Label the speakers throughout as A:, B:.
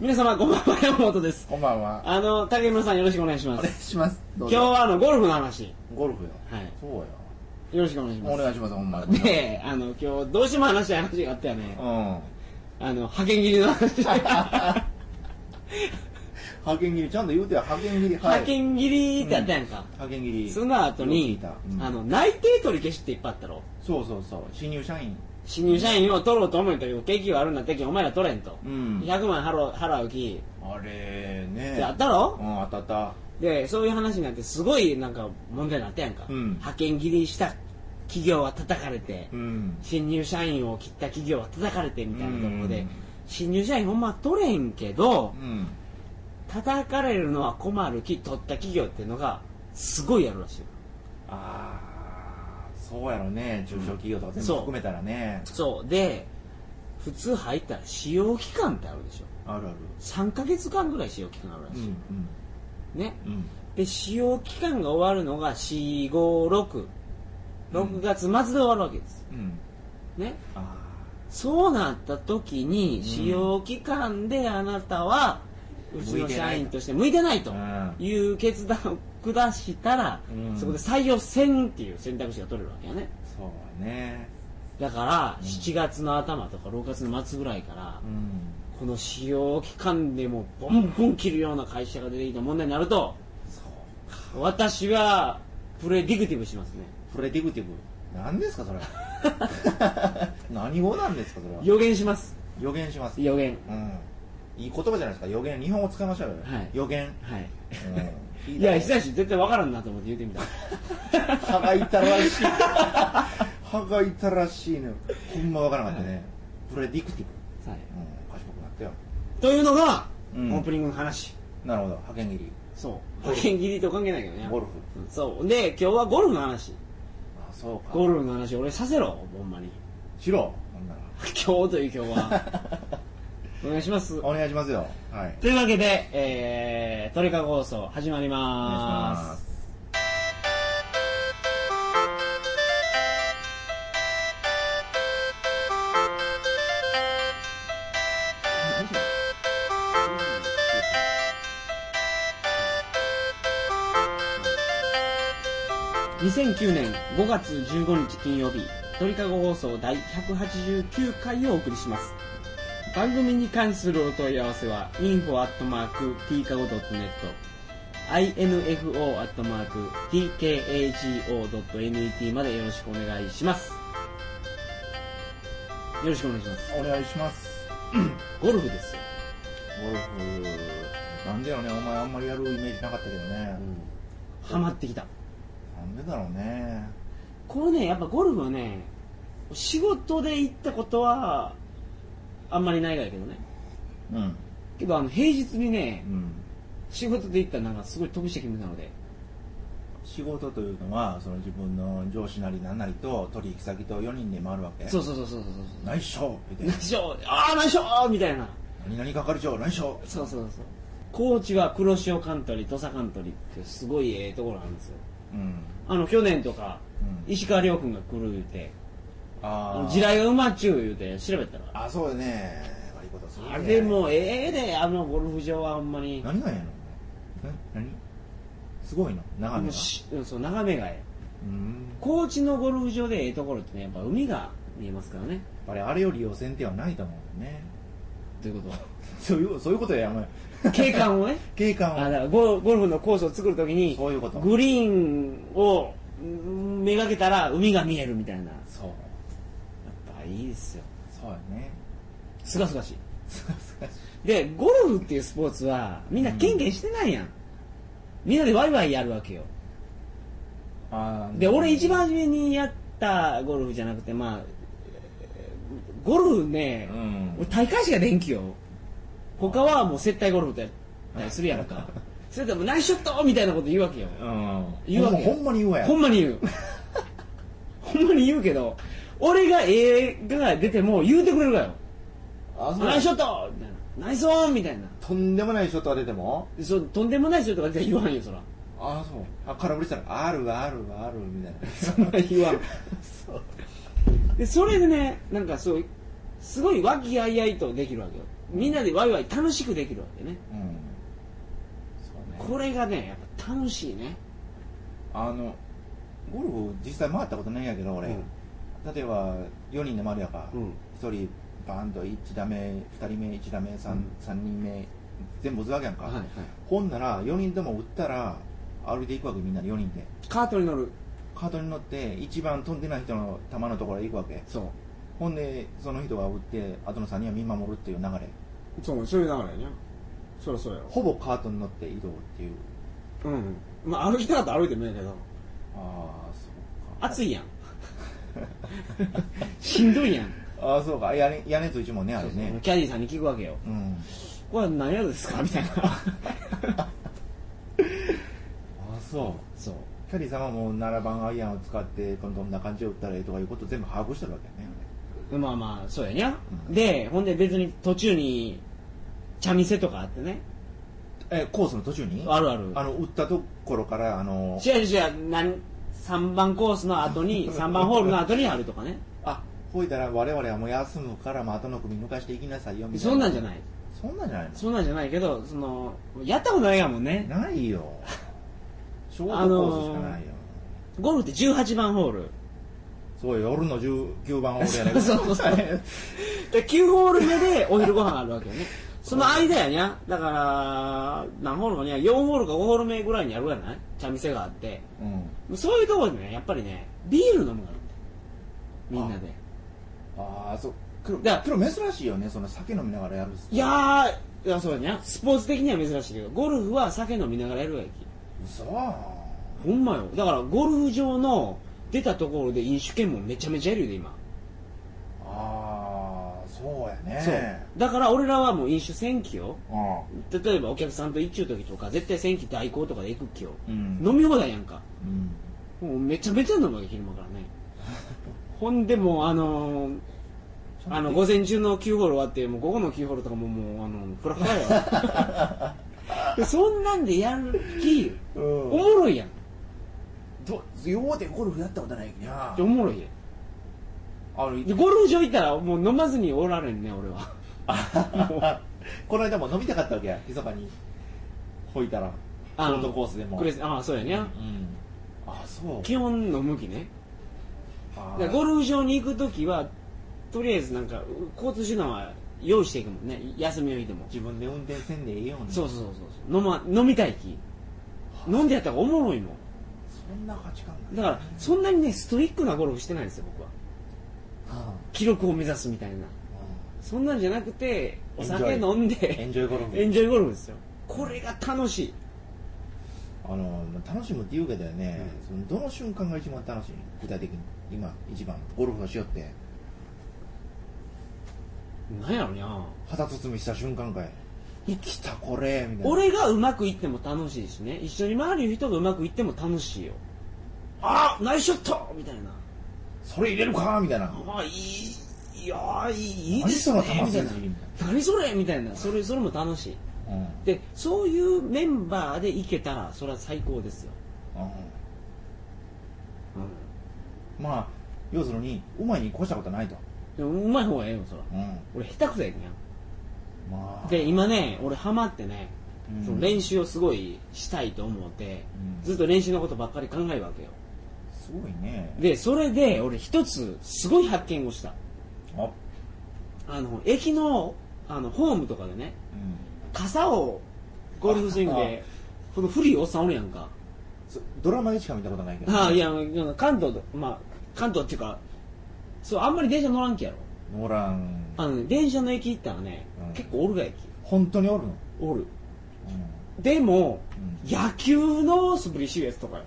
A: 皆様こんばんは山本です
B: こんばんは。
A: あの竹村さんよろしくお願いしま
B: お願い
A: す
B: します。ど
A: 今
B: う
A: 日
B: ぞ
A: はあのゴルフの話
B: ゴルフよ。
A: はい
B: そうよ。
A: よろしくお願いしま
B: お
A: す
B: 願いします、ほんまに。
A: であの今日どうしても話したい話があったよね
B: うん。派
A: あの派遣切りの 話派
B: 遣切り、ちゃんと言うてよ、派遣切り。はい
A: 遣切りってあったやんか、
B: 派遣切り。
A: その後に
B: よく聞い、たうん
A: あの内定取り消しっていっぱいあったろ
B: そうそうそう、新入社員。
A: 新入社員を取ろうと思うけど景気があるんだったけんお前ら取れんと、
B: うん
A: 100万払う払うき
B: あれね。
A: ってあったろ
B: う、ん、あったあった。
A: でそういう話になってすごいなんか問題になったやんか、
B: うん
A: 派遣切りした企業は叩かれて、
B: うん。
A: 新入社員を切った企業は叩かれてみたいなところで、
B: うん
A: 新入社員ほんま取れへんけど
B: うん。
A: 叩かれるのは困るき取った企業っていうのがすごいやるらしい
B: ああ、そうやろね。中小企業とか全部
A: そう
B: 含めたらね。
A: そうで普通入ったら使用期間ってあるでしょ
B: あるある。
A: 3ヶ月間ぐらい使用期間あるら
B: う
A: しい、
B: ん。
A: ね
B: うん。うん。
A: で使用期間が終わるのが4566月末で終わるわけです、
B: うん。
A: ね
B: あ
A: そうなった時に
B: ん
A: 使用期間であなたはうち
B: 向い
A: の
B: てな
A: 社
B: い
A: 員として向いてないと
B: あ。うん。
A: いう決断を下したら、
B: うん
A: そこで採用せんっていう選択肢が取れるわけやね
B: そうね。
A: だから
B: うん
A: 7月の頭とか6月の末ぐらいから
B: うん。
A: この使用期間でもうボンボン切るような会社が出てきた問題になると
B: そう。
A: 私はプレディクティブしますね
B: プレディクティブ何ですか それ何語なんですかそれは
A: 予言します
B: 予言します、
A: 予言
B: うん、いい言葉じゃないですか予言日本語使いましょうよ、
A: はい
B: 予 言、
A: はい
B: うん、
A: いや久し絶対分からんなと思って言ってみた
B: 歯が痛らしい 歯が痛らしいねほんまわからなかったね、プレディクティ
A: はい
B: ブ、うん、賢くなったよ
A: というのが、
B: うん
A: オープニングの話
B: なるほど派遣切り
A: そう
B: ゴルフ
A: 派遣切りと関係ないけどね
B: ゴルフ
A: うんそうで今日はゴルフの話
B: あそうか
A: ゴルフの話俺させろほんまに
B: しろほん なら
A: 今日という今 日はお願いします
B: お願いしますよはい
A: というわけで、えー、トリカゴ放送始まり
B: お願いし
A: ま
B: ますす
A: 2009年5月15日金曜日鳥かご放送第189回をお送りします番組に関するお問い合わせは info.tkago.net info.tkago.net までよろしくお願いしますよろしくお願いします
B: お願いします
A: ゴルフですよ、
B: ゴルフなんでよねお前あんまりやるイメージなかったけどね、
A: ハマってきた
B: なんでだろうね
A: これねやっぱゴルフはね仕事で行ったことはあんまりないがやけどね
B: うん
A: けどあの平日にね
B: うん
A: 仕事で行ったらなんかすごい得した気分なので
B: 仕事というのはその自分の上司なりなんなりと取引先と4人で回るわけ
A: そううそうそうそうそうそう
B: 内緒みたいな
A: 内緒ああ内緒みたいな
B: 何々係長内緒
A: そうそうそう高知は黒潮カントリー土佐カントリーってすごいええところなんですよ
B: うん
A: あの去年とか
B: うん
A: 石川遼君が来る言うてあ
B: あ
A: の
B: あ
A: 地雷が馬っちゅう言うて調べたら
B: あそうよね悪いことするね
A: あれもうええであのゴルフ場はほんまに
B: 何がやのな何すごいの長
A: も
B: 野
A: うしうんそう眺めがええ
B: うん
A: 高知のゴルフ場でええところってねやっぱ海が見えますからね
B: あれあれより予選ではないと思うよね
A: というこ
B: そういうそういう ことやお前
A: と景観をね
B: 景観
A: あだ
B: を
A: からゴゴルフのコースを作るときに
B: そういうこと
A: グリーンをうんめがけたら海が見えるみたいなやっ
B: そう
A: ぱいいですよ
B: そうやね
A: すがすがしい
B: そうそう
A: でゴルフっていうスポーツはみんなケンケンしてないやん、みんなでワイワイやるわけよ
B: あー
A: で俺一番初めにやったゴルフじゃなくてまあえーゴルフ
B: う
A: ね、俺
B: ん
A: 大会しかでんきよ他はもう接待ゴルフとやったりするや んかそれでもナイスショットみたいなこと言うわけよ
B: うん
A: 言うわけ
B: ほんまほんまに言うわや
A: ほんまに 言うほんまに言うけど俺がええが出ても言うてくれるからよ
B: あそう
A: ナイスショットみたいなナイスオンみたいな
B: とんでもないショットが出ても
A: そうとんでもない人とか絶対言わんよそら
B: あそうあ空振りしたらあるあるあるみたい な
A: そんな 言 わんでそれでねなんかそうすごい和気あいあいとできるわけよみんなでワイワイ楽しくできるわけね
B: うん
A: これがねやっぱ楽しいね
B: あのゴルフ実際回ったことないんやけど俺、
A: うん
B: 例えば4人で回るやか、
A: うん
B: 1人バーンと1打目2人目1打目 3,、
A: うん
B: 三人目全部打つわけやんか、
A: はいはい
B: ほんなら4人とも打ったら歩いていくわけみんなで4人で
A: カートに乗る
B: カートに乗って一番飛んでない人の球のところへ行くわけ
A: そう
B: ほんでその人が打って後の3人は見守るっていう流れ
A: そうそういう流れやねそろそろやろ
B: ほぼカートに乗って移動っていう
A: うんまあ歩きたかったら歩いてもいいけど
B: ああそうか
A: 暑いやんしんどいやん
B: ああそうか屋根屋根ついちゅうもんねあれね
A: キャディーさんに聞くわけよ
B: うん
A: これは何やですかみたい な
B: ああそう
A: そう
B: キャディーさんはもう7番アイアンを使ってこのどんな感じで打ったらいいとかいうことを全部把握してるわけやね
A: まあまあそうやにゃ、
B: うん
A: でほんで別に途中に茶店とかあってね
B: えコースの途中に
A: あるある
B: あの打ったところからあの
A: 違う違うなん3番コースの 後に3番ホールの後にあるとかね
B: あほいたら我々はもう休むからまあ後の組抜かしていきなさいよみたいな
A: そんなんじゃ
B: い
A: ない
B: そんなんじゃない
A: そんなんじゃないけどそのやったことないやもんね
B: のない よショ
A: あ
B: ートコースし
A: のー
B: かないよ、
A: ゴルフって18番ホール
B: そうよ夜の19番ホールやね
A: そうそうそうで9ホール目でお昼ご飯あるわけよねその間やにゃだから何ホールかにゃ4ホールか5ホール目ぐらいにあるやない茶店があって
B: うん
A: そういうところでねやっぱりねビール飲むからみんなで
B: ああそう黒
A: だ
B: 黒珍しいよねその酒飲みながらやる
A: いやーいやそうやにゃスポーツ的には珍しいけどゴルフは酒飲みながらやるわけ
B: 嘘
A: ほんまよだからゴルフ場の出たところで飲酒券もめちゃめちゃいるよで今、
B: ああそうやね
A: そうだから俺らはもう飲酒千機よ
B: あ
A: 例えばお客さんと行っちゅう時とか絶対千機代行とかで行くっけよ、
B: うん
A: 飲み放題やんか
B: うん
A: もうめちゃめちゃ飲むわけ昼間から ねほんでもうあのーあの午前中の9ホール終わってもう午後の9ホールとかももうあのフラフラ よでそんなんでやる気お
B: うん
A: もろいやん
B: どようでゴルフやったことないきな
A: おもろいやん
B: あの
A: でゴルフ場行ったらもう飲まずにおられんね俺は
B: あ この間も飲みたかったわけや密かにほいたらシ
A: あ
B: ョ
A: の
B: ートコースでも
A: クレスああそうやね、
B: うんあそう
A: 基本飲む気ね
B: あ
A: だからゴルフ場に行く時はとりあえずなんかう交通手段は用意していくもんね休みの日でも
B: 自分で運転せんでええように
A: そうそうそうそう飲,、ま、飲みたい気飲んでやった方がおもろいもん
B: そんな価値観なん
A: だからそんなにねストイックなゴルフしてないんですよ僕は
B: は
A: 記録を目指すみたいな
B: あ
A: そんなんじゃなくてお酒
B: エンジョ
A: 飲ん
B: エ
A: で
B: ンジョイゴルフ
A: エンジョイゴルフですよこれが楽しい
B: あの楽しむって言うけどね、
A: うん
B: そのどの瞬間が一番楽しい具体的に今一番ゴルフをしよって
A: なんやろにゃ
B: 旗包みした瞬間かい生きたこれみたいな
A: 俺がうまくいっても楽しいしね一緒に周りの人がうまくいっても楽しいよあナイスショットみたいな
B: それ入れるかみたいな
A: あいいいやーいいいいです
B: 何
A: ね
B: その球
A: みたいな
B: 筋
A: 何それみたいなそれそれも楽しい
B: うん、うん
A: でそういうメンバーで行けたらそれは最高ですよ、
B: まあ要するにうまいに越したことないと、
A: でもうまい方がええよそら
B: うん
A: 俺下手くそやね
B: まあ
A: んで今ね俺ハマってね、
B: うん
A: その練習をすごいしたいと思って、
B: うん
A: ずっと練習のことばっかり考えるわけよ
B: すごいね
A: でそれで俺一つすごい発見をした
B: あうん
A: あの駅のあのホームとかでね傘をゴルフスイングでこの古いおっさんおるやんか
B: そドラマでしか見たことないけど
A: ああいやなんか関東とまあ関東っていうかそうあんまり電車乗らんきやろ
B: ノーラン
A: あのね電車の駅行ったらね、
B: うん
A: 結構おるが駅
B: 本当におるの、
A: おる
B: うん
A: でも、
B: うん
A: 野球の素振りしゅうやつとかよ、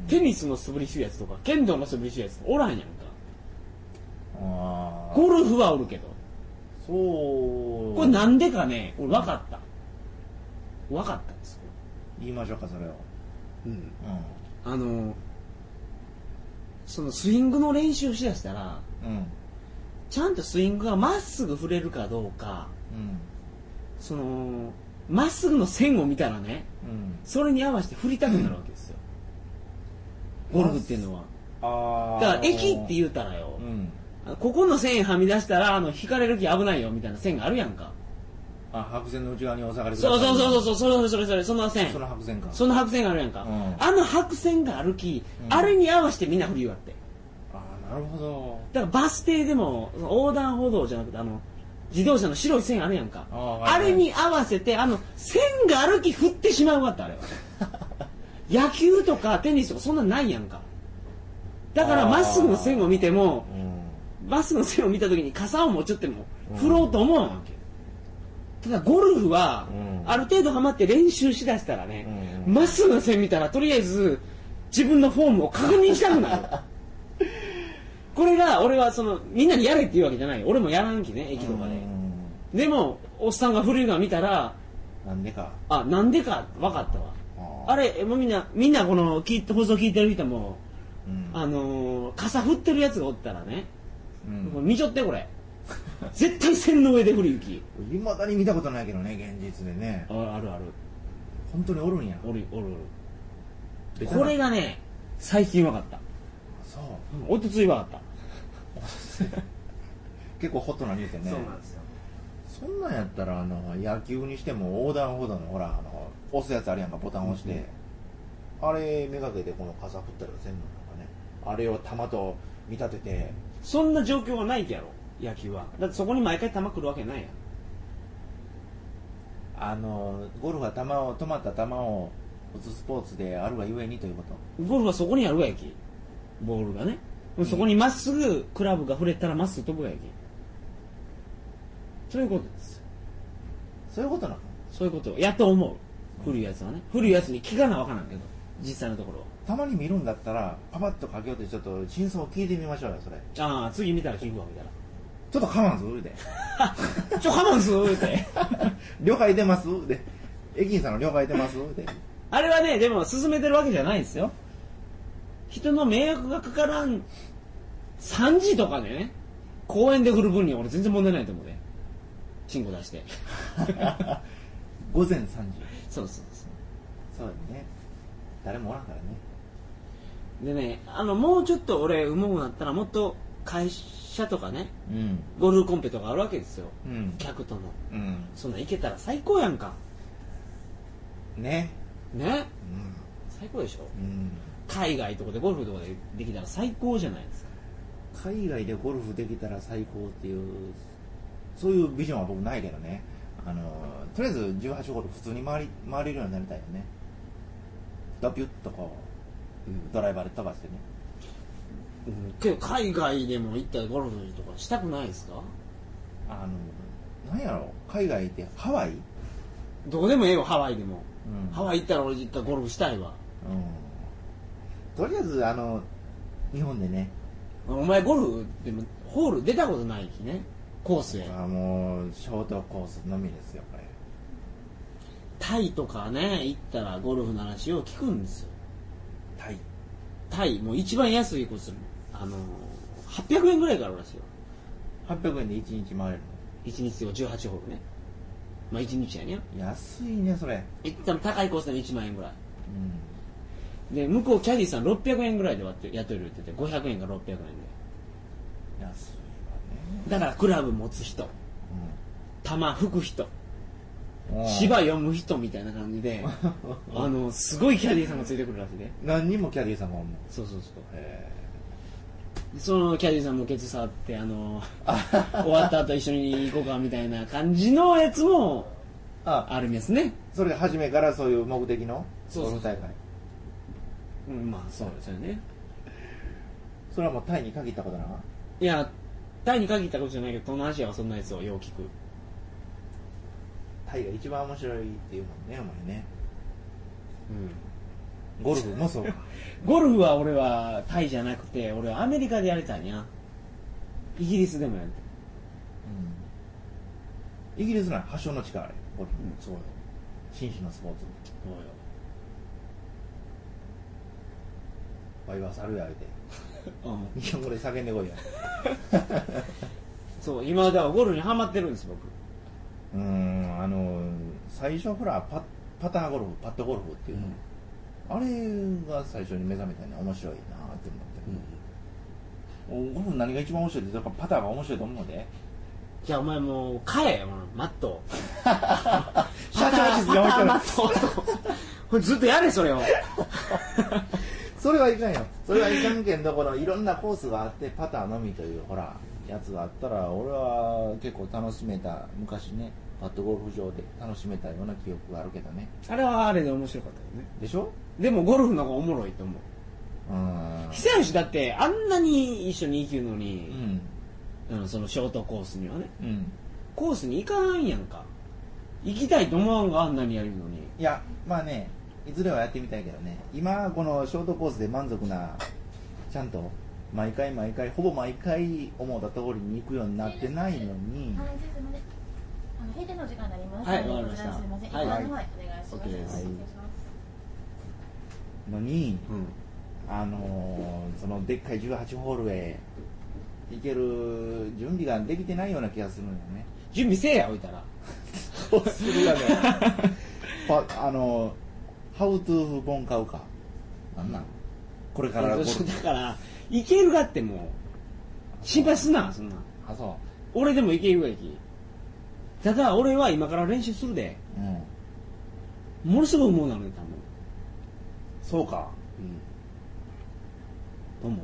B: うん
A: テニスの素振りしゅうやつとか剣道の素振りしゅうやつとかおらんやんか
B: ああ
A: ゴルフはおるけど
B: そう
A: これなんでかね俺分かった分かったんですよ、
B: 言いましょうかそれを
A: うん、
B: う
A: あのそのスイングの練習をしだしたら
B: んうん
A: ちゃんとスイングがまっすぐ振れるかどうか
B: うん
A: そのまっすぐの線を見たらね
B: うん
A: それに合わせて振りたくなるわけですよゴルフっていうのは
B: あ
A: だ
B: あ
A: から駅って言うたらよ
B: うん
A: あのここの線はみ出したらあの引かれる気危ないよみたいな線があるやんか
B: あ白線の内側にお下がりください
A: そ
B: う
A: そうそうそうそうそれそれそれその線
B: その白線か
A: その白線があるやんか、
B: うん
A: あの白線が歩き、
B: うん
A: あれに合わせてみんな振り終わって
B: ああなるほど
A: だからバス停でもその横断歩道じゃなくてあの自動車の白い線あるやんか
B: あ
A: あ,、
B: ーはいはい
A: れに合わせてあの線が歩き振ってしまうわっ てあれは野球とかテニスとかそんなんないやんかだからまっすぐの線を見ても
B: うん
A: バスの線を見た時に傘を持ち寄っても
B: うん
A: 振ろうと思うわけ、ただゴルフは、
B: うん
A: ある程度ハマって練習しだしたらね
B: うん
A: ま、っすぐの線見たらとりあえず自分のフォームを確認したくなる これが俺はそのみんなにやれって言うわけじゃない俺もやらんきね駅とかで、
B: うん
A: でもおっさんが古いのを見たら
B: なんでか
A: あなんでか分かったわ
B: あー
A: あれもうみんなみんなこの聞いて放送聞いてる人も
B: うん
A: あのー傘振ってるやつがおったらね
B: うん
A: これ見ちょってこれ絶対線の上で降り行き
B: いまだに見たことないけどね現実でね
A: ああるある
B: 本当におるんや
A: おるおるお
B: ベ
A: る
B: タな
A: これがね最近分かった
B: そう
A: おとつい分かった
B: 結構ホットなニュースやね
A: ですよ
B: そんなんやったらあの野球にしても横断歩道のほらあの押すやつあるやんかボタン押して、あれめがけてこの傘振ったりはせんのなんかねあれを球と見立てて
A: そんな状況はないやろ野球はだってそこに毎回球来るわけないやん
B: あのゴルフは球を止まった球を打つスポーツであるがゆえにということ
A: ゴルフはそこにあるわやきボールがね
B: うん
A: そこにまっすぐクラブが触れたらまっすぐ飛ぶやきそういうことですよ
B: そういうことなの
A: そういうことやと思う古いやつはね古いやつに聞かなわからんけど実際のところは
B: たまに見るんだったらパパッとかけようってちょっと真相を聞いてみましょうよそれ
A: ああ次見たら聞くわみたいな
B: ちょっと我慢するで
A: ちょ、我慢するって。
B: 了解出ますで駅員さんの了解出ますで
A: あれはね、でも、進めてるわけじゃないんですよ。人の迷惑がかからん、3時とかでね、公園で振る分には俺全然問題ないと思うで。チンコ出して。
B: 午前3時
A: そうそうそ
B: そうだね誰もおらんからね
A: う。でね、あの、もうちょっと俺、うもうなったら、もっと会社とかね、
B: うん
A: ゴルフコンペとかあるわけですよ。
B: うん
A: 客との。
B: うん
A: そんなん行けたら最高やんか。
B: ね
A: ね
B: うん
A: 最高でしょ
B: うん
A: 海外とかでゴルフとかでできたら最高じゃないですか。
B: 海外でゴルフできたら最高っていうそういうビジョンは僕ないけどねあのとりあえず18ホール普通に回り回れるようになりたいよねダピュッとこうドライバーで飛ばしてね
A: うんけど海外でも行ったゴルフとかしたくないですか
B: あのなんやろ海外ってハワイ、うん、
A: どこでもええよハワイでも、ハ
B: イ、
A: ワイ行ったら俺行ったらゴルフしたいわ
B: うん、とりあえずあの日本でね
A: お前ゴルフでもホール出たことないきねコースへ
B: あもうショートコースのみですよこれ
A: タイとかね行ったらゴルフの話を聞くんですよ
B: タイ
A: タイもう一番安いコースあの800円ぐらいかららしいよ
B: 800円で1日回れる
A: 1日を18ホールねまあ1日やね
B: の安いねそれ
A: 一旦高いコースでも1万円ぐらい
B: うん
A: で向こうキャディーさん600円ぐらいで割って雇えるって言って500円か600円で
B: 安いわね
A: だからクラブ持つ人玉吹く人
B: うん
A: 芝読む人みたいな感じ であのすごいキャディーさんがついてくるらしいね
B: 何人もキャディーさんがおんの
A: そうそうそう
B: へ
A: そのキャディーさんもケツ触ってあ の終わった後一緒に行こうかみたいな感じのやつも
B: えあ
A: あるんですね
B: それで初めからそういう目的の
A: そう
B: ゴ
A: そう
B: ルフ大会
A: うんまあそうですよね
B: それはもうタイに限ったことなの
A: いやタイに限ったことじゃないけど東南アジアはそんなやつをよう聞く
B: タイが一番面白いっていうもんねお前ね
A: うん
B: ゴルフもそうか
A: ゴルフは俺はタイじゃなくて俺はアメリカでやりたいなイギリスでもやりたい
B: イギリスなん発祥の地かあれゴルフ
A: うんそうよ
B: 紳士のスポーツ
A: そうよ
B: ワイワイサルや言うて
A: うん
B: 日本語で叫んでこいよ
A: そう今だからゴルフにハマってるんです僕
B: うーんあの最初ほらパパターゴルフパッドゴルフっていうの、あれが最初に目覚めたね面白いなって思って、ゴルフ何が一番面白いってやっぱパターが面白いと思うで
A: じゃあお前もう買えよマットを
B: 社長室に置いてる
A: あそうそう これずっとやれそれを
B: それはいかんよそれはいかんけんどころいろんなコースがあってパターのみというほらやつがあったら俺は結構楽しめた昔ねパットゴルフ場で楽しめたような記憶があるけどね
A: あれはあれで面白かったよね
B: でしょ
A: でもゴルフの方がおもろいと思う
B: うーん
A: 久吉だってあんなに一緒に生きるの
B: う
A: に、
B: ん
A: うん、そのショートコースにはね
B: うん
A: コースに行かないんやんか行きたいと思わんがあんなにやるのに
B: いやまあねいずれはやってみたいけどね今このショートコースで満足なちゃんと毎回毎回ほぼ毎回思った通りに行くようになってないのに
C: はい、じゃあすいません。あの閉店の時間になります。
A: はいわかりました
C: すみません。
A: はい
C: はい、はい、お願いします。
A: OK です
C: お願いします
B: のに
A: うん
B: あのーそのでっかい18ホールへ行ける準備ができてないような気がするのよね
A: 準備せえや置いたら
B: どうするかねパ あのーハウトゥーフ本買うかなんなんこれから
A: え
B: ゴ
A: っ
B: ル
A: と
B: フ
A: だから行けるがってもう心配すなそんな
B: あそ
A: 俺でも行けるがいきただ俺は今から練習するで
B: ううん
A: ものすごい思うなのよ多分
B: そうか
A: うんと思う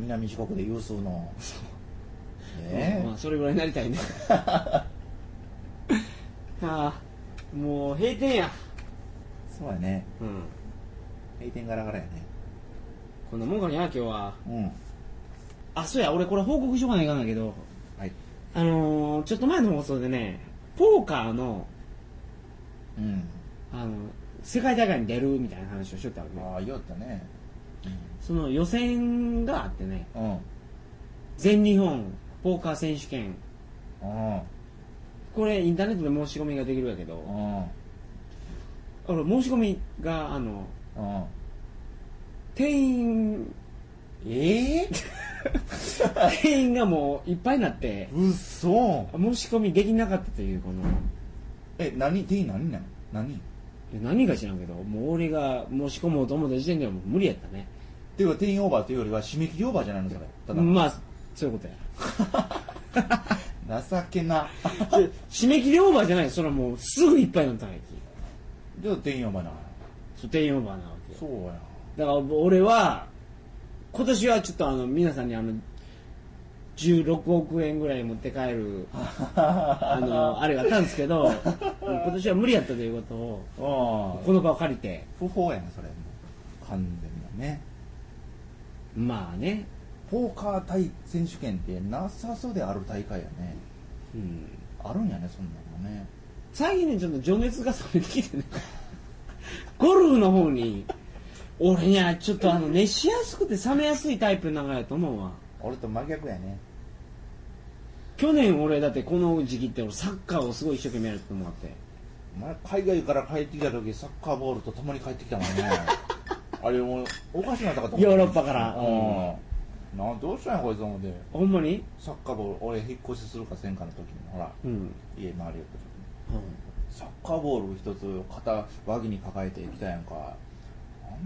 B: 南四国で有数のね
A: まあそれぐらいになりた いねああもう閉店や
B: そうやね
A: うん
B: 閉店ガラガラやね
A: こんなもんかにゃ今日は
B: うん
A: あそうや俺これ報告しようかないかんないけど
B: はい
A: あのー、ちょっと前の放送でねポーカーの
B: うん
A: あの世界大会に出るみたいな話をしとったわけね
B: ああよったね
A: その予選があってね
B: うんうん
A: 全日本ポーカー選手権
B: うん
A: これインターネットで申し込みができるんやけど
B: うん
A: 俺申し込みがあの
B: うん
A: 定員
B: ええ
A: 定員がもういっぱいになって
B: うっそ
A: 申し込みできなかったというこの
B: え何 D 何なん何っ
A: いや何か知らんけどもう俺が申し込もうと思った時点ではもう無理やったね
B: ていうか定員オーバーというよりは締め切りオーバーじゃないのそれただ、
A: まあそういうことや
B: 情けな
A: で締め切りオーバーじゃないそれはもうすぐいっぱいになったんやき
B: じゃあ定員オーバーな
A: そう定員オーバーなわけよ
B: そうや
A: だから俺は今年はちょっとあの皆さんにあの16億円ぐらい持って帰る あのあれがあったんですけど今年は無理やったということを
B: あ
A: この場を借りて
B: 不法やなそれ完全なね
A: まあね
B: ポーカー対選手権ってなさそうである大会やね
A: うん
B: あるんやねそんなのね
A: 最近ねちょっと情熱が冷めてきてね ゴルフの方に俺にはちょっとあの熱しやすくて冷めやすいタイプなのやと思うわ
B: 俺と真逆やね
A: 去年俺だってこの時期って俺サッカーをすごい一生懸命やると思って
B: お前海外から帰ってきた時サッカーボールと共に帰ってきたもん ねあれもうおかしくなったかと思った
A: ヨーロッパから
B: うん、なんどうしたんやこいつ思って
A: ほんまに
B: サッカーボール俺引っ越しするかせんかの時にほら
A: うん、
B: 家回りよった時にサッカーボール一つ肩脇に抱えてきたやんか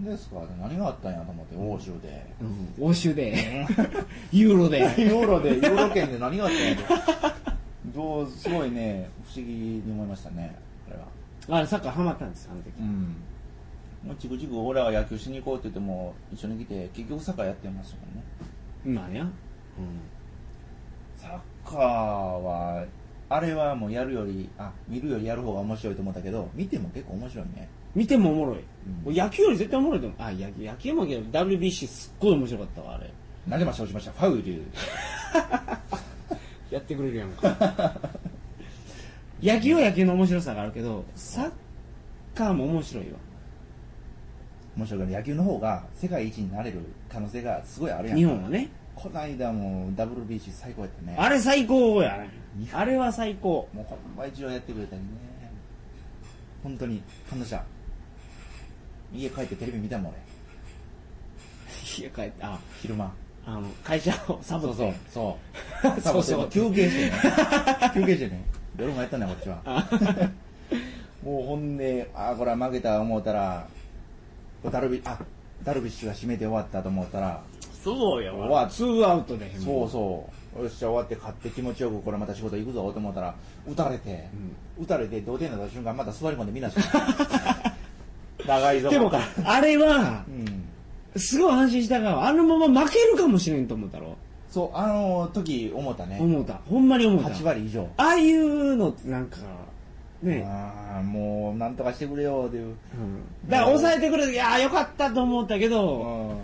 B: 何ですか何があったんやと思って欧州で
A: うん欧州で ユーロで
B: ヨーロでヨーロ圏で何があ ったんやとどうすごいね不思議に思いましたねあれは
A: あサッカーハマったんですあの時
B: うんもうちぐちぐ俺らが野球しに行こうって言っても一緒に来て結局サッカーやってましたもんね
A: まあね
B: サッカーはあれはもうやるよりあ見るよりやる方が面白いと思ったけど見ても結構面白いね
A: 見てもおもろい、
B: うん
A: 野球より絶対おもろいと思うあ野球野球もいいけど WBC すっごい面白かったわあれ
B: 投げました落ちましたファウル
A: やってくれるやんか 野球は野球の面白さがあるけどサッカーも面白いわ
B: 面白いけど野球の方が世界一になれる可能性がすごいあるやん
A: 日本はね
B: こないだも WBC 最高やったね
A: あれ最高やねあれは最高
B: もうほんま一応やってくれたりね本当に感動した家帰ってテレビ見たもん俺
A: 家帰ってあ
B: 昼間
A: あの会社をサボ
B: そ
A: っ
B: う
A: て
B: そうそう
A: そ
B: そうう
A: そう
B: そう休憩 してね休憩してね夜もやったんだこっちは
A: あ
B: もうほんでああこれは負けた思うたらダルビあダルビッシュが締めて終わったと思ったら
A: そうや
B: わ
A: わツーアウトで
B: そう
A: う
B: そうよっしゃ終わって勝って気持ちよくこれまた仕事行くぞと思ったら打たれて、打たれて同点になった瞬間また座り込んでみんなして 長いぞ
A: でも
B: また
A: あれは
B: うん
A: すごい安心したがあのまま負けるかもしれんと思ったろ
B: そうあの時思ったね
A: 思ったほんまに思った
B: 8割以上
A: ああいうのってなんかね
B: ああもうなんとかしてくれよっていう、
A: うんだから抑えてくれて、いやーよかったと思ったけ
B: う
A: ど、
B: ん、あ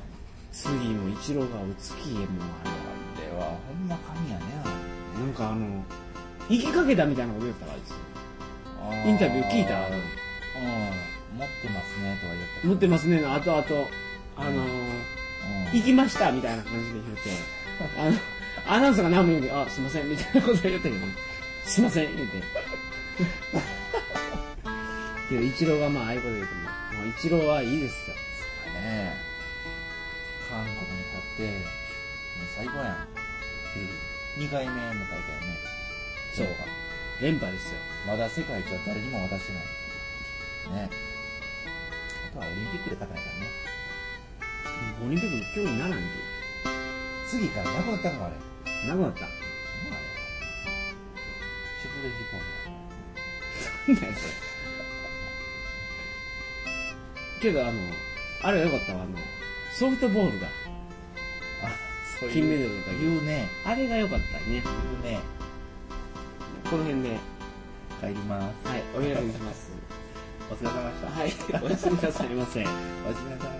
A: 次も一郎が打つきもあ
B: れはほんま神やね
A: れなんかあの、生きかけたみたいなこと言ったらあいつ。
B: あれ
A: インタビュー聞いた
B: うん持ってますねとは言ったけど
A: 持ってますねの後々、あのー、
B: うん
A: 行きましたみたいな感じで言って、あの、アナウンスが何も言うんで、あ、すいませんみたいなこと言ってるけど、すいません言うて。けど、一郎がまあああいうこと言うても、もう一郎はいいですよ。
B: ね韓国に勝ってもう最高やん2回目の大会やね
A: そう
B: か
A: 連覇ですよ。
B: まだ世界一は誰にも渡してないねあとはオリンピックで高いからね
A: オリンピックの競技にならん
B: 次からなくなったかもあれ
A: と。なくなっ
B: 何あれ
A: た。
B: シュプレヒコ
A: けどあのあれは良かったわあのソフトボールが
B: あそういう
A: 金メダルの時
B: 言うね
A: あれが良かった
B: 言う
A: ね
B: ね
A: この辺ではい
B: 帰ります
A: お開きにします
B: お疲れ様でした
A: はいおやすみなさいませ
B: おやすみなさい